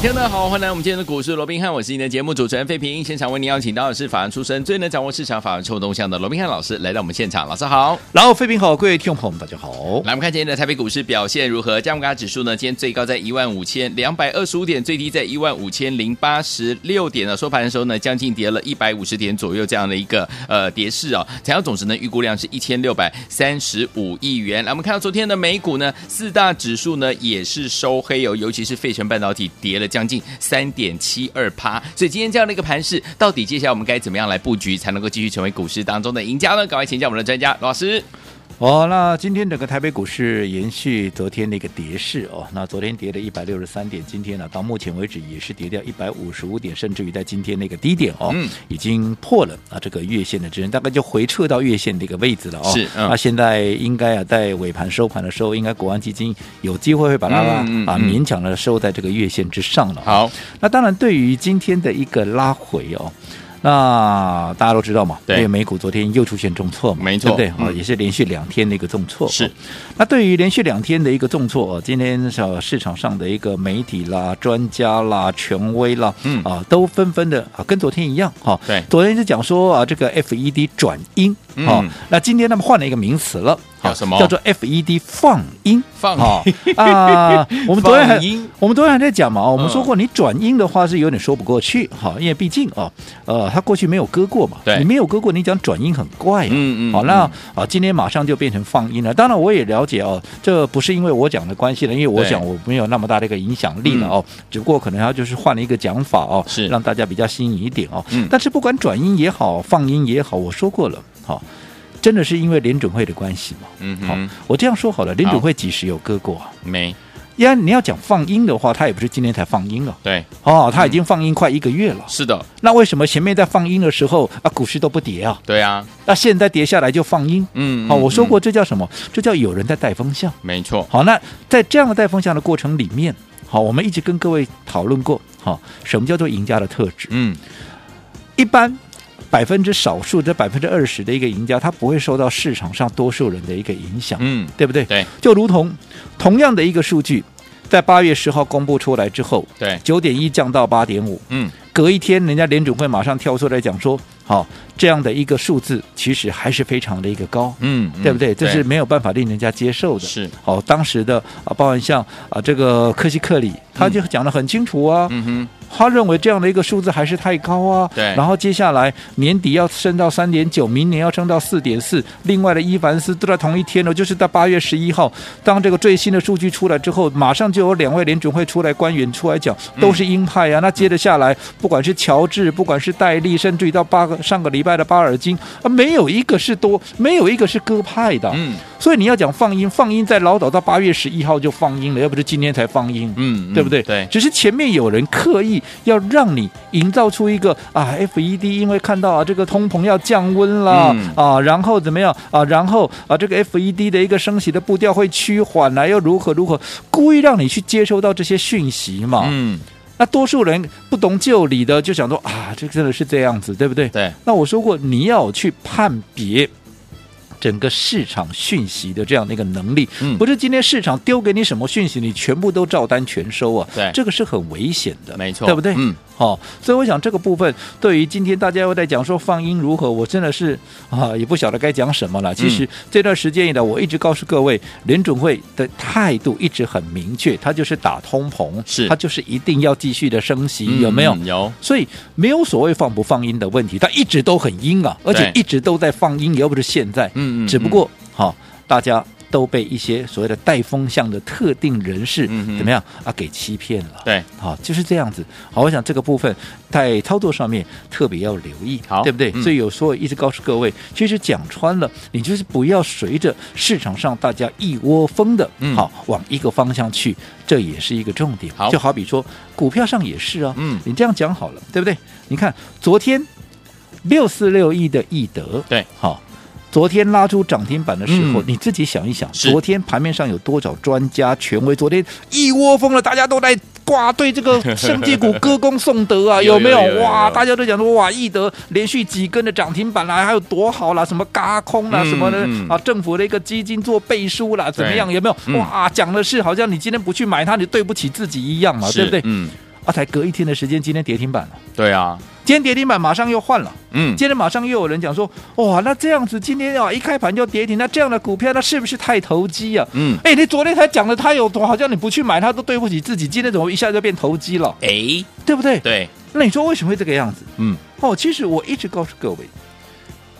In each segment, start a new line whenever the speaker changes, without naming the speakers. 听众朋友好，欢迎来我们今天的股市罗宾汉，我是你的节目主持人费平。现场为您邀请到的是法案出身、最能掌握市场法案臭动向的罗宾汉老师来到我们现场，老师好。
然后，飞平好，各位听众朋友们，大家好。
来，我们看今天的台北股市表现如何？加权指数呢，今天最高在15,225点，最低在15,086点啊呢。收盘的时候呢，将近跌了150点左右这样的一个呃跌势哦。成交总值呢，预估量是1635亿元。来，我们看到昨天的美股呢，四大指数呢也是收黑哦，尤其是费城半导体跌了将近3.72趴。所以今天这样的一个盘势，到底接下来我们该怎么样来布局，才能够继续成为股市当中的赢家呢？赶快请教我们的专家罗老师。
哦，那今天整个台北股市延续昨天的一个跌势哦，那昨天跌了一百六十三点，今天呢、到目前为止也是跌掉一百五十五点，甚至于在今天那个低点哦，
嗯
已经破了啊这个月线的支撑，大概就回撤到月线的一个位置了哦。
是嗯
那现在应该啊，在尾盘收盘的时候，应该国安基金有机会会把它啊、
嗯嗯
啊
嗯
勉强的收在这个月线之上了、哦。
好，
那当然，对于今天的一个拉回哦，那大家都知道嘛，
对
因为美股昨天又出现重挫嘛，
没错
对不对？啊、
嗯
也是连续两天的一个重挫、
是。
那对于连续两天的一个重挫，哦今天小市场上的一个媒体啦、专家啦、权威啦，
嗯
啊，都纷纷的啊，跟昨天一样哈、
对
昨天是讲说啊，这个 FED 转阴，
嗯
哦那今天他们换了一个名词了，
叫
啊
什么
叫做 FED 放阴。
放
哦 啊，我们昨天还
放音
我们昨天还在讲嘛，哦我们
嗯
说过你转音的话是有点说不过去，哈，因为毕竟哦，呃，他过去没有割过嘛，
对
你没有割过，你讲转音很怪、啊，
嗯嗯
好，那
嗯
啊，今天马上就变成放音了。当然我也了解哦，这不是因为我讲的关系了，因为我
对嗯
想我没有那么大的一个影响力了哦，只不过可能他就是换了一个讲法哦，
是
让大家比较新颖一点哦。
嗯
但是不管转音也好，放音也好，我说过了，好、真的是因为联准会的关系嘛？
嗯
好
哼，，
我这样说好了，联准会几时有割过啊？
没
呀，你要讲放音的话，它也不是今天才放音啊，
对，
哦，它已经放音快一个月了。
是的，
那为什么前面在放音的时候啊，股市都不跌啊？
对啊，
那现在跌下来就放音？
嗯
好、
嗯
我说过
嗯
这叫什么？这叫有人在带风向。
没错，
好，那在这样的带风向的过程里面，好，我们一直跟各位讨论过，好，什么叫做赢家的特质？
嗯，
一般百分之少数这百分之二十的一个赢家，他不会受到市场上多数人的一个影响，
嗯
对不对？
对，
就如同同样的一个数据，在八月十号公布出来之后，
对，
九点一降到八点五，
嗯，
隔一天人家联准会马上跳出来讲说，好、这样的一个数字其实还是非常的一个高，
嗯，嗯
对不对？这是没有办法令人家接受的。
是，
好、当时的啊，包含像啊这个科西克里，他就讲得很清楚啊，
嗯哼，
他认为这样的一个数字还是太高啊。
对
然后接下来年底要升到三点九，明年要升到四点四。另外的伊凡斯都在同一天哦，就是在八月十一号，当这个最新的数据出来之后，马上就有两位联准会出来官员出来讲，
嗯
都是鹰派啊。那接着下来，不管是乔治，不管是戴利，甚至于到八个上个礼拜的巴尔金啊，没有一个是多，没有一个是鸽派的。
嗯
所以你要讲放音，放音在老岛到八月十一号就放音了，要不是今天才放音。
嗯，嗯
对不对？
对，
只是前面有人刻意要让你营造出一个啊，FED 因为看到啊这个通膨要降温了、
嗯
啊，然后怎么样啊，然后啊这个 FED 的一个升息的步调会趋缓啊，又如何如何，故意让你去接收到这些讯息嘛。
嗯，
那多数人不懂就理的就想说啊，这真的是这样子，对不对？
对，
那我说过，你要有去判别整个市场讯息的这样的一个能力，
嗯
不是今天市场丢给你什么讯息，你全部都照单全收啊，
对
这个是很危险的，
没错，
对不对？
嗯，
好、所以我想这个部分对于今天大家又在讲说放音如何，我真的是啊也不晓得该讲什么
嗯
了。其实这段时间以来，我一直告诉各位，联准会的态度一直很明确，它就是打通膨，
是
它就是一定要继续的升息，
嗯
有没有？
嗯有，
所以没有所谓放不放音的问题，它一直都很音啊，而且
对
一直都在放音，又不是现在，
嗯嗯
只不过好、大家。都被一些所谓的带风向的特定人士、
嗯哼
怎么样啊给欺骗了？
嗯对，
好、就是这样子。好，我想这个部分在操作上面特别要留意，
好
对不对？
嗯
所以有时候一直告诉各位，其实讲穿了，你就是不要随着市场上大家一窝蜂的，
嗯
好往一个方向去，这也是一个重点。
好
就好比说股票上也是啊，
嗯
你这样讲好了，对不对？你看昨天六四六一的易德，
对，
好、昨天拉出涨停板的时候，
嗯
你自己想一想，
是
昨天盘面上有多少专家权威？昨天一窝蜂的，大家都在哇，对这个 生技股歌功颂德啊，
有
有没
有有有
哇，
有
大家都讲说哇，易德连续几根的涨停板啦、还有多好啦，什么嘎空啦，
嗯
什么的
嗯
啊，政府的一个基金做背书啦，怎么样？
对
有没有、
嗯
哇？讲的是好像你今天不去买它，你对不起自己一样嘛，对不对？
嗯，
啊，才隔一天的时间，今天跌停板了，
对啊，
今天跌停板马上又换了。
嗯，
接着马上又有人讲说，哇，那这样子今天啊一开盘就跌停，那这样的股票那是不是太投机啊？
嗯
哎、你昨天才讲了它有多，好像你不去买它都对不起自己，今天怎么一下就变投机了，
哎，
对不对？
对，
那你说为什么会这个样子？
嗯，
哦，其实我一直告诉各位，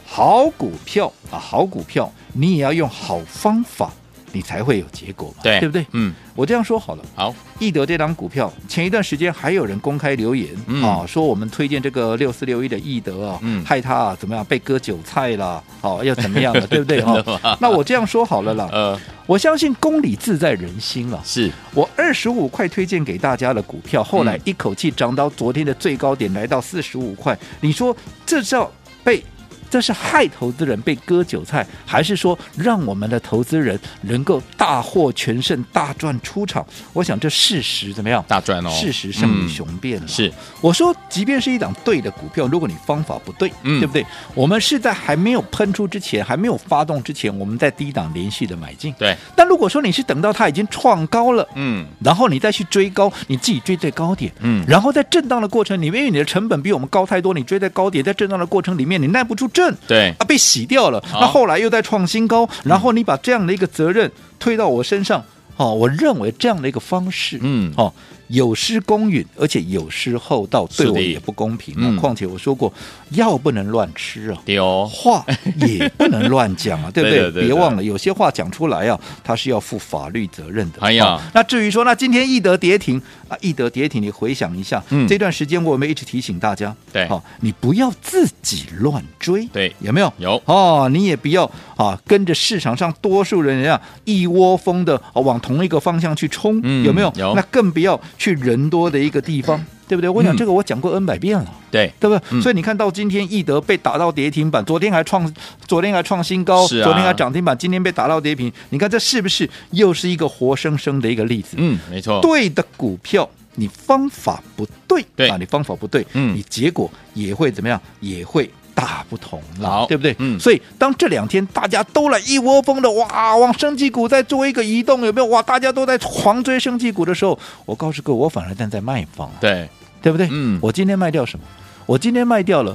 好股票啊，好股票，你也要用好方法，你才会有结果嘛，
对，
不对？
嗯，
我这样说好了。
好，
易德这张股票，前一段时间还有人公开留言、
嗯
啊，说我们推荐这个六四六一的易德啊，
嗯
害他、啊、怎么样被割韭菜啦，哦、要怎么样 了，对不对啊
真的吗？
那我这样说好了啦，
呃，
我相信公理自在人心啊了。
是，
我二十五块推荐给大家的股
嗯
票，后来一口气涨到昨天的最高点，来到四十五块。你说这叫被？这是害投资人被割韭菜，还是说让我们的投资人能够大获全胜、大赚出场？我想这事实怎么样？
大赚哦，
事实胜于
嗯
雄辩了、
是，
我说，即便是一档对的股票，如果你方法不对，
嗯
对不对？我们是在还没有喷出之前，还没有发动之前，我们在低档连续的买进。
对，
但如果说你是等到它已经创高了，
嗯，
然后你再去追高，你自己追在高点，
嗯
然后在震荡的过程里面，因为你的成本比我们高太多，你追在高点，在震荡的过程里面，你耐不住震，
对，
啊，被洗掉了，
好嗯
那后来又在创新高，然后你把这样的一个责任推到我身上，哦，我认为这样的一个方式，
嗯
哦，有失公允，而且有失厚道，
是
对
的
我也不公平
嗯
啊。况且我说过，药不能乱吃啊。
丢，
话也不能乱 讲啊，对不
对
对？
的对的
别忘了，有些话讲出来啊，它是要负法律责任的。
哎呀
好那至于说，那今天易德跌停啊，易德跌停，你回想一下，
嗯
这段时间我们一直提醒大家，
对
好、你不要自己乱追，
对
有没有？
有
哦，你也不要啊，跟着市场上多数人一样一窝蜂的、啊往同一个方向去冲，
嗯
有没有？
有
那更不要去人多的一个地方，对不对？我想
嗯
这个我讲过 N 百遍了。
对，
对不对？
嗯
所以你看到今天易德被打到跌停板，昨天还创，昨天还创新高，
是啊
昨天还涨停板，今天被打到跌停，你看这是不是又是一个活生生的一个例子？
嗯，没错，
对的股票，你方法不对，
对
啊，你方法不对，
嗯
你结果也会怎么样？也会。大不同
好
了，对不对？
嗯
所以当这两天大家都来一窝蜂的哇，往生技股在做一个移动，有没有？哇，大家都在狂追生技股的时候，我告诉各位，我反而站在卖方啊
对，
对不对？
嗯
我今天卖掉什么？我今天卖掉了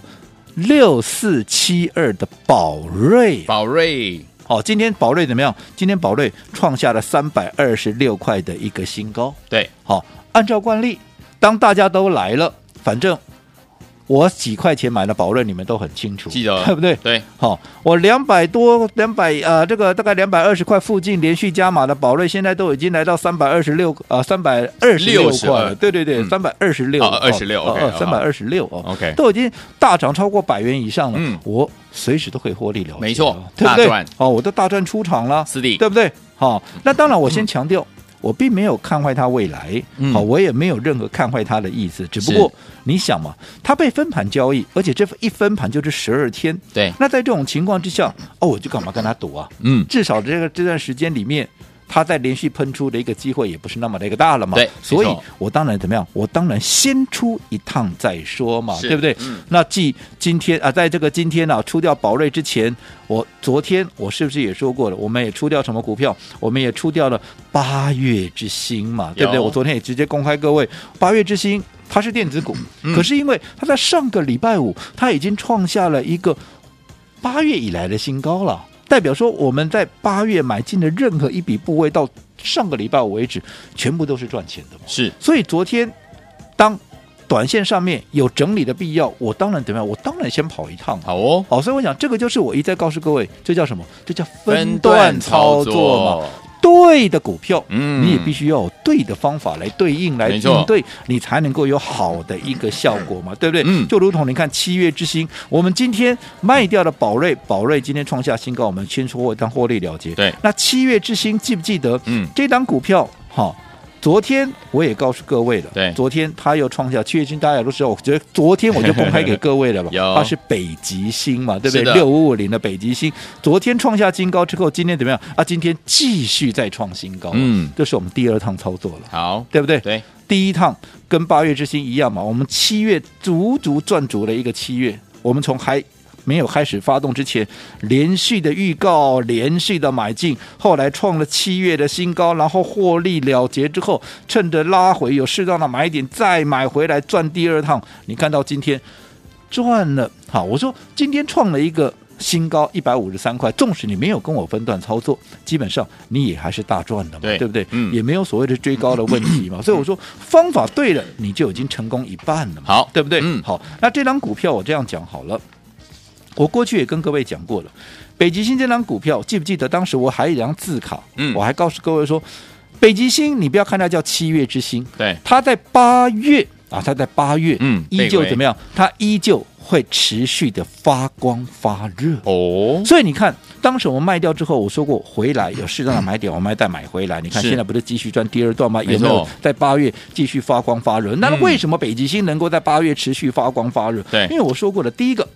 六四七二的宝瑞。
宝瑞，
哦，今天宝瑞怎么样？今天宝瑞创下了三百二十六块的一个新高。
对，
好、按照惯例，当大家都来了，反正我几块钱买的宝瑞，你们都很清楚，
记得
对不对？
对，
好、我两百多，两百呃，这个大概两百二十块附近连续加码的宝瑞，现在都已经来到三百二十六呃三百二十六块了，
62
对对对，三百二十六，
呃哦26，OK，好
三百二十六哦
OK
都已经大涨超过百元以上了，
嗯
我随时都可以获利了结了，
没错
对不
大
对？
赚嗯
哦，我都大赚出场了，
四弟，
对不对？好、那当然，我先强调，我并没有看坏它未来，
嗯
好、我也没有任何看坏它的意思，只不
是
过你想嘛，它被分盘交易，而且这一分盘就是十二天，
对，
那在这种情况之下，哦，我就干嘛跟他赌啊？
嗯，
至少这个这段时间里面，他在连续喷出的一个机会也不是那么的一个大了嘛。
对
所以
没错
我当然怎么样？我当然先出一趟再说嘛，
是
对不对？
嗯
那继今天啊，在这个今天啊出掉宝瑞之前，我昨天我是不是也说过了？我们也出掉什么股票？我们也出掉了八月之星嘛，对不对？
有
我昨天也直接公开各位，八月之星它是电子股，可是因为它在上个礼拜五，它已经创下了一个八月以来的新高了，代表说我们在八月买进的任何一笔部位到上个礼拜五为止，全部都是赚钱的嘛。
是，
所以昨天当短线上面有整理的必要，我当然怎么样？我当然先跑一趟啊。
好哦，
哦，所以我想这个就是我一再告诉各位，这叫什么？这叫分
段
段操作嘛。
操作，
对的股票，
嗯
你也必须要有对的方法来对应来
没错
应对，你才能够有好的一个效果嘛，对不对？
嗯
就如同你看七月之星，我们今天卖掉了宝瑞，宝瑞今天创下新高，我们先说当获利了结。
对
那七月之星记不记得？
嗯
这档股票哈。昨天我也告诉各位了，
对，
昨天它又创下七月均大家都知道，我觉得昨天我就公开给各位了吧
有
它是北极星嘛，对不
是
对？
的
六五五零的北极星，昨天创下新高之后，今天怎么样啊？今天继续再创新高，
嗯
这是我们第二趟操作了。
好，
对不对？
对，
第一趟跟八月之星一样嘛，我们七月足足赚足了一个七月，我们从还。没有开始发动之前，连续的预告，连续的买进，后来创了七月的新高，然后获利了结之后，趁着拉回有适当的买点再买回来赚第二趟。你看到今天赚了，好，我说今天创了一个新高一百五十三块，纵使你没有跟我分段操作，基本上你也还是大赚的嘛，
对
不对？
嗯
也没有所谓的追高的问题嘛。所以我说方法对了，你就已经成功一半了嘛，
好
对不对？
嗯
好，那这张股票我这样讲好了，我过去也跟各位讲过了，北极星这张股票，记不记得当时我还有一张字卡，
嗯
我还告诉各位说，北极星你不要看它叫七月之星，
对，
它在八月啊，它在八月，
嗯
依旧
被围
怎么样？它依旧会持续的发光发热。
哦，
所以你看，当时我们卖掉之后，我说过回来有适当的 买点，我们还再买回来。你看
是
现在不是继续赚第二段吗？
没错嗯
有没有在八月继续发光发热？那为什么北极星能够在八月持续发光发热？
对
因为我说过了，第一个。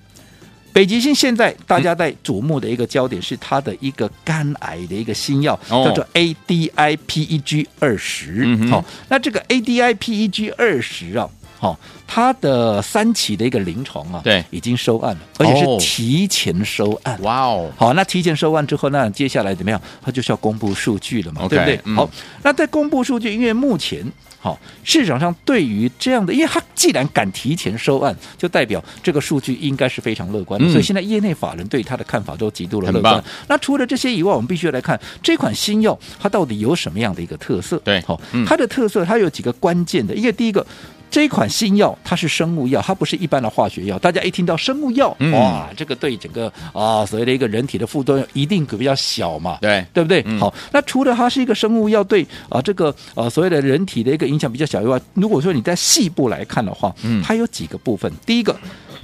北极星现在大家在瞩目的一个焦点是它的一个肝癌的一个新药，
哦
叫做 ADIPEG E 二十、
嗯哼
好，那这个 ADIPEG E 二十啊，好、它的三期的一个临床啊，
对
已经收案了，而且
哦
是提前收案。
哇哦，
好，那提前收案之后，那接下来怎么样？他就是要公布数据了嘛
OK，
对不对？
嗯
好，那在公布数据，因为目前好市场上对于这样的，因为他既然敢提前收案，就代表这个数据应该是非常乐观的，
嗯
所以现在业内法人对他的看法都极度的乐
很棒
观。那除了这些以外，我们必须来看这款新药它到底有什么样的一个特色？
对
好
嗯，
它的特色它有几个关键的，一个第一个。这款新药它是生物药，它不是一般的化学药。大家一听到生物药，
嗯
哇，这个对整个啊所谓的一个人体的副作用一定比较小嘛，
对
对不对？
嗯
好，那除了它是一个生物药对啊这个呃所谓的人体的一个影响比较小以外，如果说你在细部来看的话，
嗯
它有几个部分，第一个，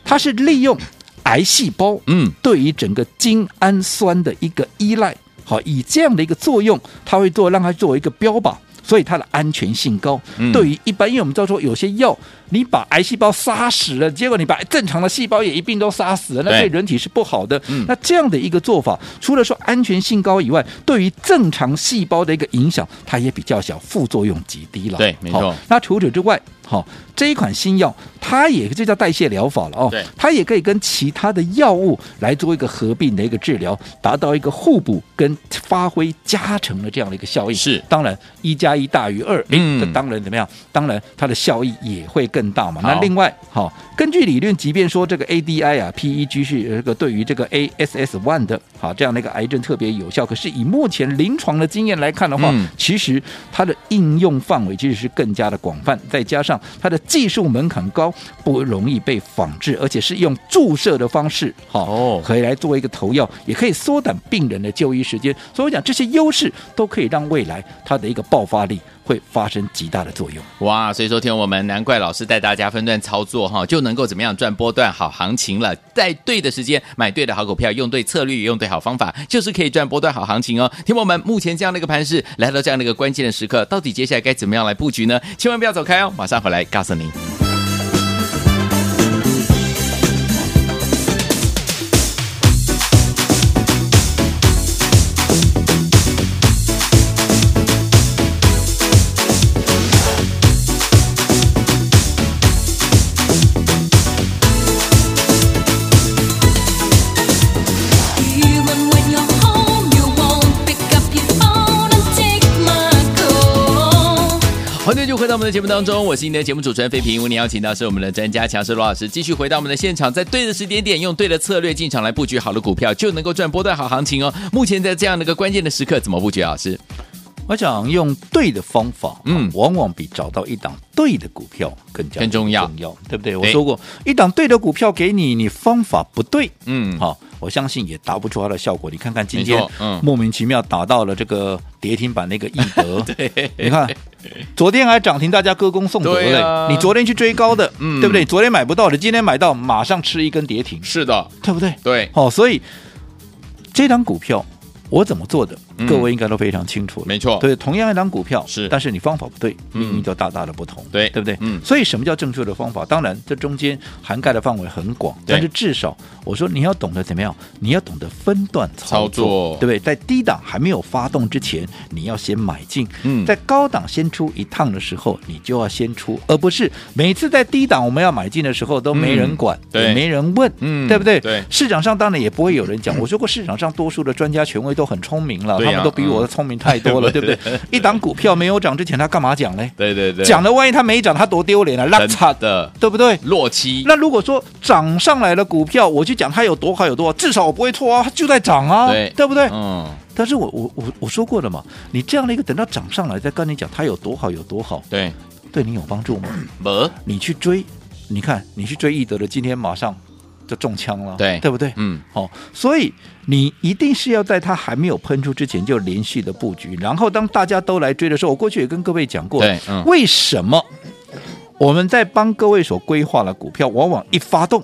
它是利用癌细胞，
嗯，
对于整个精氨酸的一个依赖。好，以这样的一个作用，它会做让它作为一个标靶，所以它的安全性高。
嗯
对于一般，因为我们知道说有些药，你把癌细胞杀死了，结果你把正常的细胞也一并都杀死了，那
对
对人体是不好的。
嗯
那这样的一个做法，除了说安全性高以外，对于正常细胞的一个影响，它也比较小，副作用极低了。
对没错
好那除此之外，好、这一款新药，它也这叫代谢疗法了哦
对，
它也可以跟其他的药物来做一个合并的一个治疗，达到一个互补跟发挥加成的这样的一个效应。
是
当然一加一大于二，诶
嗯
这当然怎么样？当然它的效益也会更大嘛。那
好
另外，好、根据理论，即便说这个 ADI 啊，PEG 是呃这个对于这个 ASS one 的好这样的一个癌症特别有效，可是以目前临床的经验来看的话，
嗯
其实它的应用范围其实是更加的广泛，再加上它的技术门槛高，不容易被仿制，而且是用注射的方式，好、
哦
可以来作为一个投药，也可以缩短病人的就医时间。所以我讲这些优势都可以让未来它的一个爆发力会发生极大的作用。
哇，所以说听我们难怪老师带大家分段操作哈，就能够怎么样赚波段好行情了。在对的时间买对的好股票，用对策略，用对好方法，就是可以赚波段好行情哦。听我们目前这样的一个盘势，来到这样的一个关键的时刻，到底接下来该怎么样来布局呢？千万不要走开哦，马上回来告诉您。
Even when you're home, you won't pick up your phone and take my call.
欢迎继续回到我们的节目当中，我是您的节目主持人费平。为您邀请到是我们的专家强势罗老师，继续回到我们的现场，在对的时间点，用对的策略进场来布局好的股票，就能够赚波段好行情哦。目前在这样的一个关键的时刻，怎么布局啊？老师，
我想用对的方法，
嗯
嗯，往往比找到一档对的股票更加
更重要
重要对不对？我
对
说过，一档对的股票给你，你方法不对，
嗯，，
好、我相信也达不出它的效果。你看看今
没
天
错，嗯
莫名其妙打到了这个跌停板那个易 德，你看昨天还涨停，大家歌功颂德
对
嘞、
啊
你昨天去追高的，
嗯
对不对？昨天买不到的，今天买到，马上吃一根跌停，
是的，
对不对？
对，
哦，所以这张股票我怎么做的？各位应该都非常清楚了。
嗯没错
对，同样一档股票，
是
但是你方法不对，
嗯
命运就大大的不同，
对
对不对？
嗯
所以什么叫正确的方法？当然，这中间涵盖的范围很广，
对
但是至少我说你要懂得怎么样，你要懂得分段操
操作
作，对不对？在低档还没有发动之前，你要先买进，
嗯
在高档先出一趟的时候，你就要先出，而不是每次在低档我们要买进的时候都没人管，
嗯对
也没人问，
嗯
对不对？
对
市场上当然也不会有人讲，我说过市场上多数的专家权威都很聪明
嗯
了，
对呀
他们都比我聪明太多了，
嗯
对不对？ 一档股票没有涨之前，他干嘛讲嘞？
对对对，啊
讲了，万一他没涨，他多丢脸啊，
真
烂惨，
的
对不对？
落期，
那如果说涨上来的股票，我就讲它有多好有多好，至少我不会错啊，它就在涨啊，
对
不对？
嗯，
但是我我我我说过了嘛，你这样的一个等到涨上来再跟你讲它有多好有多好，
对，
对你有帮助吗？
不，
你去追，你看你去追易德的，今天马上就中枪了，
对
对不对？
嗯，
好、哦所以你一定是要在它还没有喷出之前就连续的布局，然后当大家都来追的时候，我过去也跟各位讲过，
对嗯
为什么我们在帮各位所规划的股票，往往一发动。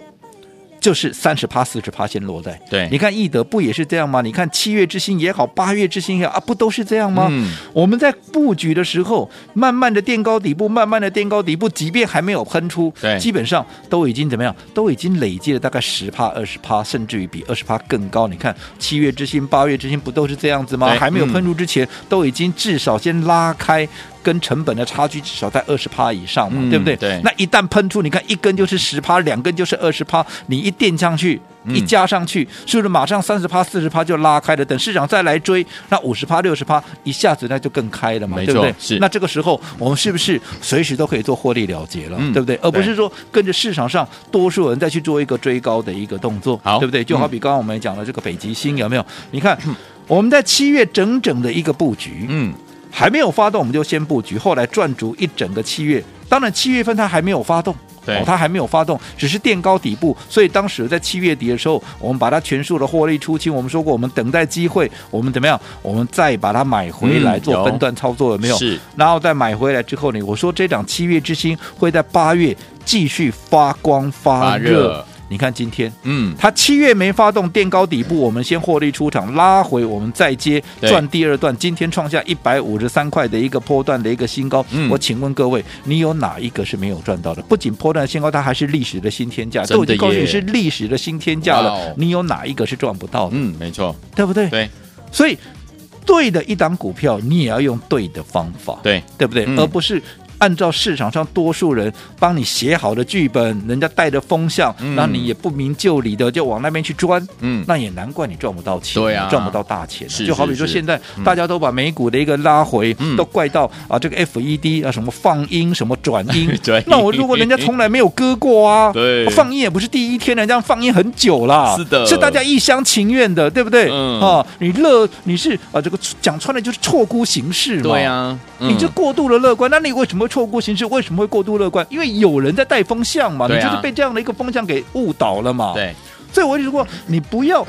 就是三十趴、四十趴先落在。
对
你看易德不也是这样吗？你看七月之星也好，八月之星也好啊，不都是这样吗？
嗯
我们在布局的时候，慢慢的垫高底部，慢慢的垫高底部，即便还没有喷出，
对
基本上都已经怎么样？都已经累积了大概十趴、二十趴，甚至于比二十趴更高。你看七月之星、八月之星不都是这样子吗？
对
还没有
嗯
喷出之前，都已经至少先拉开。跟成本的差距至少在二十趴以上嘛，
嗯
对不对？
对
那一旦喷出，你看一根就是十趴，两根就是二十趴，你一垫上去，
嗯
一加上去，是不是马上三十趴、四十趴就拉开了？等市场再来追，那五十趴、六十趴一下子那就更开了嘛，
没
对不对
错？是
那这个时候我们是不是随时都可以做获利了结了，
嗯
对不对？而不
对
是说跟着市场上多数人再去做一个追高的一个动作，
好嗯
对不对？就好比刚刚我们讲的这个北极星有没有？你看我们在七月整整的一个布局，
嗯，
还没有发动，我们就先布局，后来赚足一整个七月。当然，七月份它还没有发动，哦
对
它还没有发动，只是垫高底部。所以当时在七月底的时候，我们把它全数的获利出清。我们说过，我们等待机会，我们怎么样？我们再把它买回来
嗯
做
有
分段操作，有没有？
是。
然后再买回来之后呢，我说这档七月之星会在八月继续发光
发
发热。
热
你看今天，
嗯，
它七月没发动垫高底部，我们先获利出场，拉回我们再接
对
赚第二段。今天创下一百五十三块的一个波段的一个新高。
嗯
我请问各位，你有哪一个是没有赚到的？不仅波段新高，它还是历史的新天价，
真的
都已经告诉
耶
你是历史的新天价
哇哦
了。你有哪一个是赚不到的？
嗯，没错，
对不对？
对
所以对的一档股票，你也要用对的方法。
对，
对不对？
嗯
而不是按照市场上多数人帮你写好的剧本，人家带的风向，
嗯
那、你也不明就里的就往那边去钻，
嗯
那也难怪你赚不到钱，
对啊
赚不到大钱、
是
就好比
是
说
是
现在
嗯
大家都把美股的一个拉回，
嗯
都怪到啊这个 FED 啊什么放音什么转音
转，
那我如果人家从来没有割过啊，
对
放音也不是第一天，人家放音很久啦，
是的
是大家一厢情愿的，对不对？
嗯
啊，你乐你是啊这个讲穿了就是错估形势嘛，
对啊，
你就
嗯
过度的乐观，那你为什么会错过形势？为什么会过度乐观？因为有人在带风向嘛，
对啊
你就是被这样的一个风向给误导了嘛。，
对，
所以我就说，你不要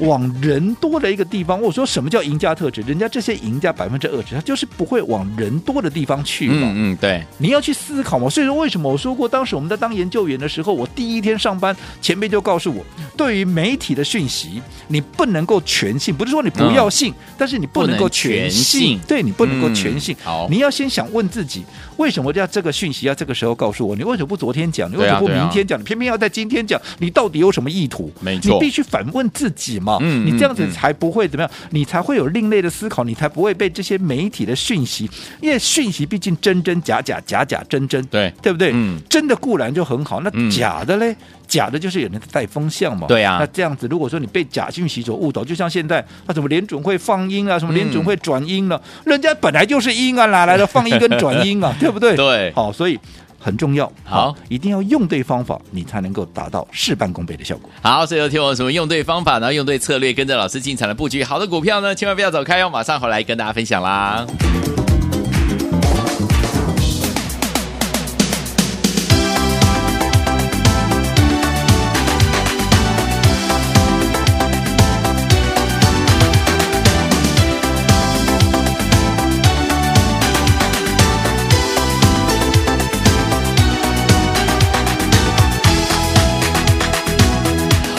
往人多的一个地方。我说什么叫赢家特质？人家这些赢家百分之二十，他就是不会往人多的地方去嘛。
嗯嗯，对，
你要去思考嘛。所以说，为什么我说过，当时我们在当研究员的时候，我第一天上班，前辈就告诉我，对于媒体的讯息，你不能够全信，不是说你不要信，但是你不能够全
嗯不能全
信
信，
对你不能够全
嗯
信。
好
你要先想问自己，为什么要这个讯息要这个时候告诉我？你为什么不昨天讲？你为什么不
对啊对啊
明天讲？你偏偏要在今天讲？你到底有什么意图？
没错
你必须反问自己嘛。
嗯
你这样子
嗯嗯
才不会怎么样，你才会有另类的思考，你才不会被这些媒体的讯息，因为讯息毕竟真真假假，假假真真，
对
对不对？
嗯
真的固然就很好，
嗯
那假的嘞？假的就是有人在带风向嘛。
对啊
那这样子，如果说你被假讯息所误导，就像现在啊，什么联准会放音
嗯
啊，什么联准会转音了、人家本来就是音啊，哪来的放音跟转 音啊？对不对？
对
好，所以。很重要，
好
一定要用对方法，你才能够达到事半功倍的效果。
好，所以有听我什么用对方法，然后用对策略，跟着老师进场的布局，好的股票呢，千万不要走开哦，马上回来跟大家分享啦。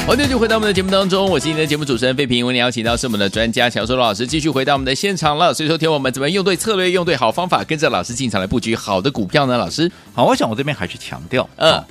我们的续回到我们的节目当中，我是你的节目主持人费平，为你邀请到是我们的专家乔硕老师，继续回到我们的现场了。所以说，听我们怎么用对策略，用对好方法，跟着老师进场来布局好的股票呢？老师，
好，我想我这边还是强调，
嗯
啊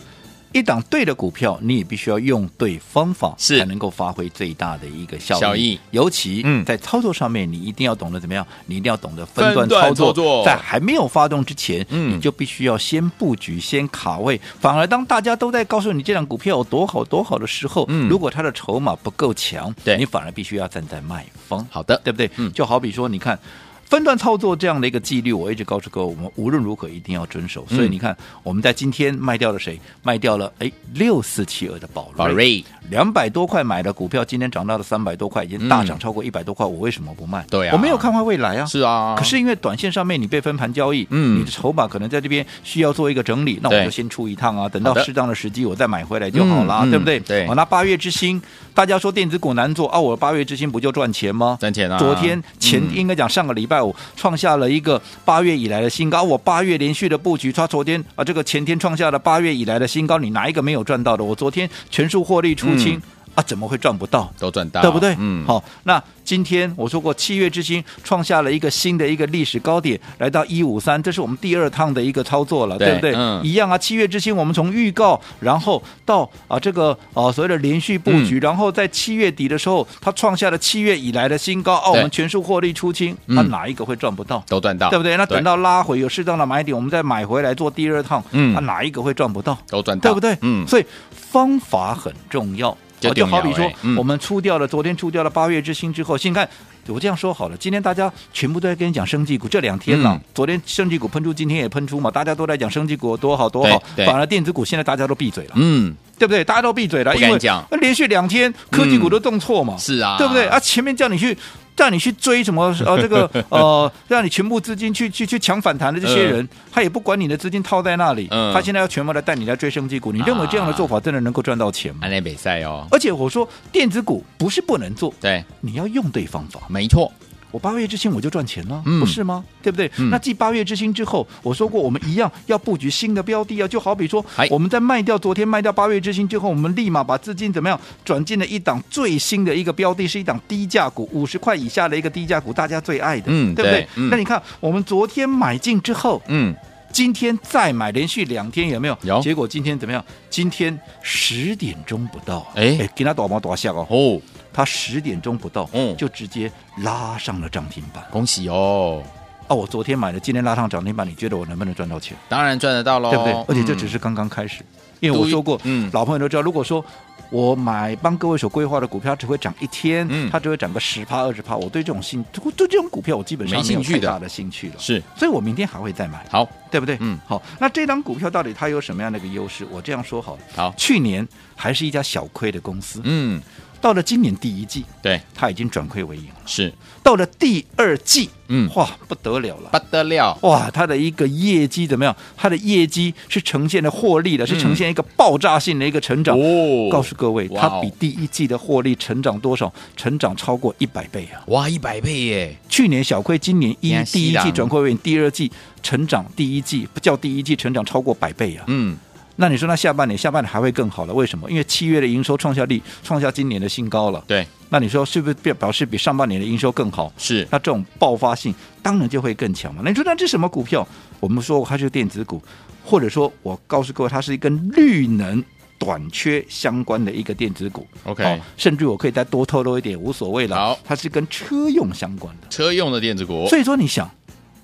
一档对的股票，你也必须要用对方法，
是
才能够发挥最大的一个效益。
效益
尤其
嗯
在操作上面，你一定要懂得怎么样，你一定要懂得分段
分段
操作。
操作
在还没有发动之前，
嗯
你就必须要先布局、先卡位。反而当大家都在告诉你这档股票有多好、多好的时候，
嗯
如果它的筹码不够强，
对
你反而必须要站在卖方。
好的，
对不对？
嗯
就好比说，你看。分段操作这样的一个纪律，我一直告诉各位，我们无论如何一定要遵守。所以
嗯
你看，我们在今天卖掉了谁？卖掉了哎六四七二的宝
宝
瑞，
瑞，嗯
两百多块买的股票，今天涨到了三百多块，已经大涨超过一百多块，我为什么不卖？
对啊
我没有看坏未来啊。
是啊，
可是因为短线上面你被分盘交易，
嗯
你的筹码可能在这边需要做一个整理，那我
对
就先出一趟啊，等到
好的
适当的时机我再买回来就好啦，
嗯嗯
对不对？
对
好，那八月之星，大家说电子股难做啊，我八月之星不就赚钱吗？
赚钱啊，嗯
昨天前应该讲上个礼拜五创下了一个八月以来的新高，我八月连续的布局，它昨天啊这个前天创下了八月以来的新高，你哪一个没有赚到的？我昨天全数获利出
嗯
清、啊，怎么会赚不到？
都赚到，
对不对？
嗯，
好，那今天我说过，七月之星创下了一个新的一个历史高点，来到一五三，这是我们第二趟的一个操作了，
对
不对？
嗯
一样啊，七月之星我们从预告，然后到啊这个啊所谓的连续布
嗯
局，然后在七月底的时候，它创下了七月以来的新高，哦，我
对
们全数获利出清，那、
嗯啊
哪一个会赚不到？
都赚到，
对不对？那等到拉回有适当的买点，我们再买回来做第二趟，
嗯
那、哪一个会赚不到？
都赚到，
对不对？
嗯，
所以方法很重要。
这重
哦就
要
好比说
哎嗯，
我们出掉了昨天出掉了八月之星之后，先看我这样说好了，今天大家全部都在跟你讲生技股，这两天了
嗯，
昨天生技股喷出，今天也喷出嘛，大家都在讲生技股多好多好，
对对
反而电子股现在大家都闭嘴了，
嗯，
对不对？大家都闭嘴了，
不
因
敢
为
讲嗯
连续两天科技股都重挫嘛，
是啊，
对不对？啊，前面叫你去。叫你去追什么？ 呃，这个呃，让你全部资金去去去抢反弹的这些人，他也不管你的资金套在那里，
嗯啊
他现在要全部来带你来追升绩股。你认为这样的做法真的能够赚到钱吗？
安内比赛哦，
而且我说电子股不是不能做，
对，
你要用对方法。
没错，
我八月之星我就赚钱了，
嗯
不是吗？对不对？
嗯
那继八月之星之后，我说过我们一样要布局新的标的啊，就好比说
哎
我们在卖掉昨天卖掉八月之星之后，我们立马把资金怎么样转进了一档最新的一个标的，是一档低价股，五十块以下的一个低价股，大家最爱的，
嗯
对不
对嗯
那你看我们昨天买进之后，
嗯，
今天再买，连续两天有没有？
有
结果今天怎么样？今天十点钟不到，啊
哎
给他打毛打下哦，
哦，
他十点钟不到，
嗯
就直接拉上了涨停板。
恭喜哦，
哦，我昨天买的，今天拉上涨停板，你觉得我能不能赚到钱？
当然赚得到喽，
对不对？而且这
嗯
只是刚刚开始，因为我说过，
对于嗯
老朋友都知道，如果说我买帮各位所规划的股票只会涨一天，
嗯
它只会涨个十趴二十趴，我对这种兴对这种股票我基本上
没
没
兴
有
趣
太
的
大的兴趣了，
是
所以我明天还会再买，
好，
对不对？
嗯，
好，那这张股票到底它有什么样的一个优势？我这样说好了，
好
去年还是一家小亏的公司，
嗯，
到了今年第一季，
对，
它已经转亏为盈了，
是
到了第二季，
嗯
哇，不得了了
不。得了，
哇，它的一个业绩怎么样？它的业绩是呈现了获利的，是呈现一个爆炸性的一个成长。
嗯哦
告诉各位，
哇哦
它比第一季的获利成长多少？成长超过一百倍啊！
哇，一百倍耶，
去年小亏，今年
你
一
看
第一
西
季
朗
转亏为盈，第二季成长，第一季不叫第一季成长超过百倍啊！
嗯，
那你说，那下半年下半年还会更好了？为什么？因为七月的营收创下历创下今年的新高了。
对，
那你说是不是表表示比上半年的营收更好？
是
那这种爆发性当然就会更强嘛。那你说那这什么股票？我们说它是电子股，或者说我告诉各位，它是一跟绿能。短缺相关的一个电子股哦
OK
甚至我可以再多透露一点，无所谓了。
好
它是跟车用相关的，
车用的电子股，
所以说你想，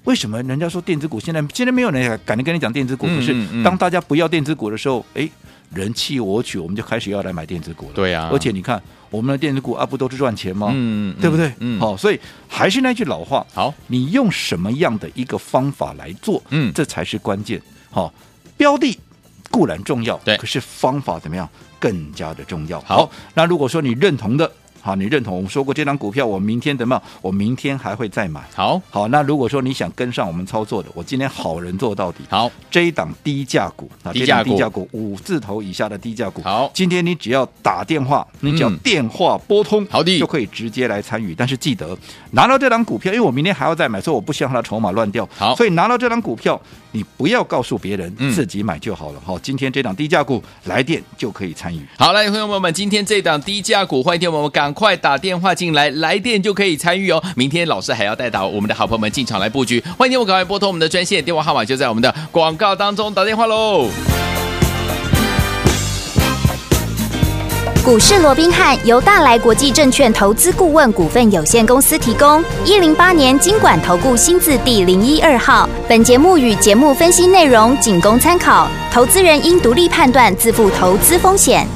为什么人家说电子股现在现在没有人敢跟你讲电子股？
嗯
可是
嗯嗯
当大家不要电子股的时候，哎，人弃我取，我们就开始要来买电子股了。
对啊
而且你看我们的电子股啊，不都是赚钱吗？
嗯嗯
对不对？
嗯
好，所以还是那句老话，
好，
你用什么样的一个方法来做，
嗯
这才是关键。好、标的固然重要，
对
可是方法怎么样更加的重要。
好
那如果说你认同的。好，你认同我们说过这张股票，我明天怎么样？我明天还会再买。
好，
好，那如果说你想跟上我们操作的，我今天好人做到底。
好，
这一档低价股啊，
低
这
价
档
股
低价股五字头以下的低价股。
好
今天你只要打电话，你只要
嗯
电话拨通，
好的
就可以直接来参与。但是记得拿到这档股票，因为我明天还要再买，所以我不希望它筹码乱掉。
好
所以拿到这档股票，你不要告诉别人，
嗯
自己买就好了。好，今天这档低价股来电就可以参与。
好，来，朋友们，今天这档低价股，欢迎听我们赶快打电话进来，来电就可以参与哦。明天老师还要带到我们的好朋友们进场来布局，欢迎听我赶快拨通我们的专线，电话号码就在我们的广告当中，打电话喽。
股市罗宾汉由大来国际证券投资顾问股份有限公司提供。一零八年经管投顾新字第零一二号。本节目与节目分析内容仅供参考，投资人应独立判断，自负投资风险。